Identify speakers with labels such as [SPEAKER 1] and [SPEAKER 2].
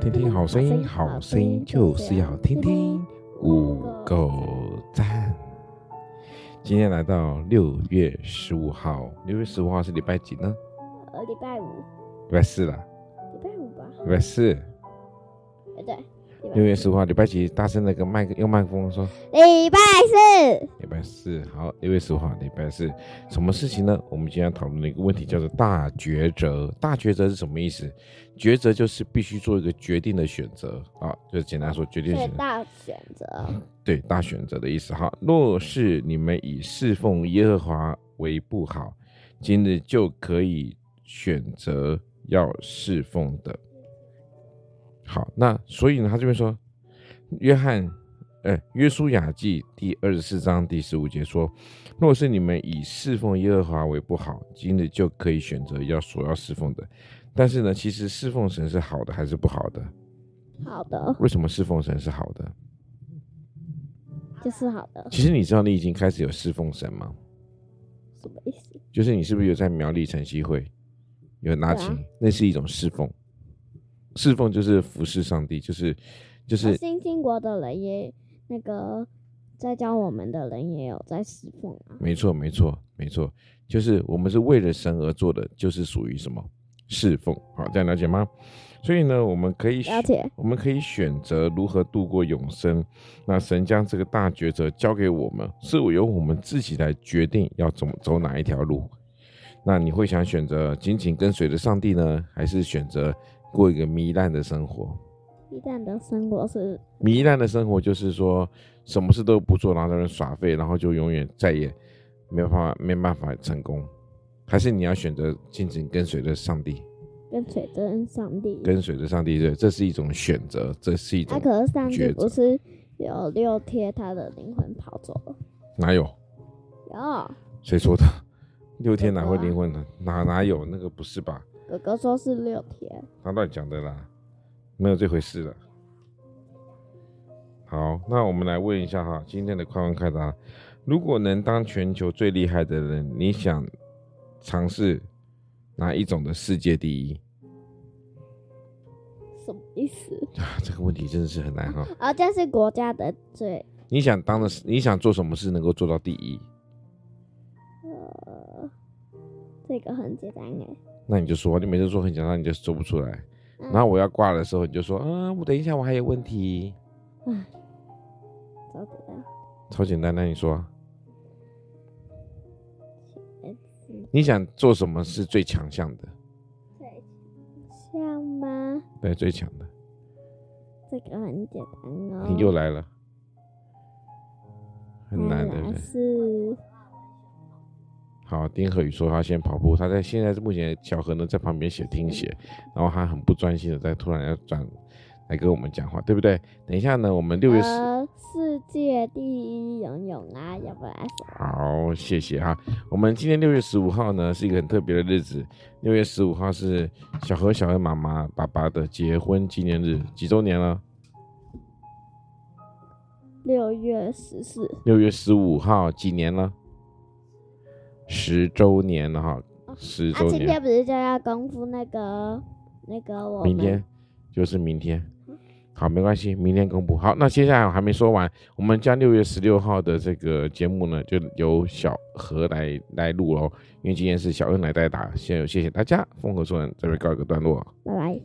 [SPEAKER 1] 听听好声音，好声音就是要听听五狗赞。今天来到六月十五号，六月十五号是礼拜几呢？
[SPEAKER 2] 呃，礼拜五，
[SPEAKER 1] 礼拜四啦，
[SPEAKER 2] 礼拜五吧？
[SPEAKER 1] 礼拜四。
[SPEAKER 2] 呃，对，
[SPEAKER 1] 六月十五号，礼拜几？大声那个麦克用麦克风说，
[SPEAKER 2] 礼拜四。
[SPEAKER 1] 礼拜四。好，六月十五号，礼拜四，什么事情呢？我们今天要讨论的一个问题叫做大抉择。大抉择是什么意思？抉择就是必须做一个决定的选择啊，就是简单说，决定
[SPEAKER 2] 最
[SPEAKER 1] 选择。
[SPEAKER 2] 大选择，
[SPEAKER 1] 对大选择的意思哈。若是你们以侍奉耶和华为不好，今日就可以选择要侍奉的。好，那所以呢，他这边说，约翰，呃，约书亚记第二十四章第十五节说，若是你们以侍奉耶和华为不好，今日就可以选择要所要侍奉的。但是呢，其实侍奉神是好的还是不好的？
[SPEAKER 2] 好的
[SPEAKER 1] 为什么侍奉神是好的？
[SPEAKER 2] 就是好的，
[SPEAKER 1] 其实你知道你已经开始有侍奉神吗？
[SPEAKER 2] 什么意思？
[SPEAKER 1] 就是你是不是有在苗栗晨曦会有拿琴？
[SPEAKER 2] 对啊
[SPEAKER 1] 那是一种侍奉，侍奉就是服侍上帝，就是就是
[SPEAKER 2] 新兴国的人也那个在教我们的人也有在侍奉啊，
[SPEAKER 1] 没错没错没错，就是我们是为了神而做的，就是属于什么侍奉？好，这样了解吗？所以呢，我们可以选
[SPEAKER 2] 了解
[SPEAKER 1] 我们可以选择如何度过永生。那神将这个大抉择交给我们，是由我们自己来决定要走走哪一条路。那你会想选择紧紧跟随着上帝呢，还是选择过一个糜烂的生活？
[SPEAKER 2] 鸡蛋的生活是
[SPEAKER 1] 糜烂的生活就是说，什么事都不做，然后在那边耍废，然后就永远再也没有办法没办法成功。还是你要选择紧紧跟随着上帝，
[SPEAKER 2] 跟水跟上帝，
[SPEAKER 1] 跟随着上帝，这这是一种选择，这是一
[SPEAKER 2] 那、
[SPEAKER 1] 种
[SPEAKER 2] 可是上帝
[SPEAKER 1] 抉择
[SPEAKER 2] 不是有六天他的灵魂跑走了？
[SPEAKER 1] 哪有？
[SPEAKER 2] 有
[SPEAKER 1] 谁说的？ 六天哪
[SPEAKER 2] 哥
[SPEAKER 1] 会
[SPEAKER 2] 啊
[SPEAKER 1] 灵魂呢？哪哪有那个不是吧？
[SPEAKER 2] 哥哥说是六天，
[SPEAKER 1] 他乱讲的啦，没有这回事的。好，那我们来问一下哈，今天的快问快答，如果能当全球最厉害的人，你想尝试哪一种的世界第一？
[SPEAKER 2] 什么意思？
[SPEAKER 1] 啊，这个问题真的是很难哈。
[SPEAKER 2] 啊，这是国家的最
[SPEAKER 1] 你想当的是，你想做什么事能够做到第一？
[SPEAKER 2] 呃，这个很简单哎。
[SPEAKER 1] 那你就说，你每次说很简单，你就说不出来。
[SPEAKER 2] 嗯
[SPEAKER 1] 然后我要挂的时候，你就说，嗯，我等一下，我还有问题。
[SPEAKER 2] 找不到，
[SPEAKER 1] 超简单，那你说啊、
[SPEAKER 2] 嗯
[SPEAKER 1] 你想做什么是最强项的？
[SPEAKER 2] 像吗？
[SPEAKER 1] 对，最强的，
[SPEAKER 2] 这个很简单哦。
[SPEAKER 1] 你又来了，很难，对
[SPEAKER 2] 看
[SPEAKER 1] 不
[SPEAKER 2] 来嗯
[SPEAKER 1] 对？
[SPEAKER 2] 是
[SPEAKER 1] 好，丁鹤宇说他先跑步，他在现在目前小何呢在旁边写听写，然后他很不专心的在突然要转来跟我们讲话，对不对？等一下呢，我们六月十、
[SPEAKER 2] 呃世界第一游泳啊，要不然什么
[SPEAKER 1] 好，谢谢哈。我们今天六月十五号呢是一个很特别的日子，六月十五号是小何、小何妈妈、爸爸的结婚纪念日，几周年了？
[SPEAKER 2] 六月十四
[SPEAKER 1] 六月十五号几年了？十周年了哈，十
[SPEAKER 2] 啊
[SPEAKER 1] 周，
[SPEAKER 2] 今
[SPEAKER 1] 年。
[SPEAKER 2] 天不是就要公布那个那个哦我们
[SPEAKER 1] 明天就是明天，好，没关系，明天公布。好，那接下来我还没说完，我们将六月十六号的这个节目呢，就由小何来来哦录喽，因为今天是小恩来代打，先谢谢大家，风和说人这边告一个段落。
[SPEAKER 2] 拜拜。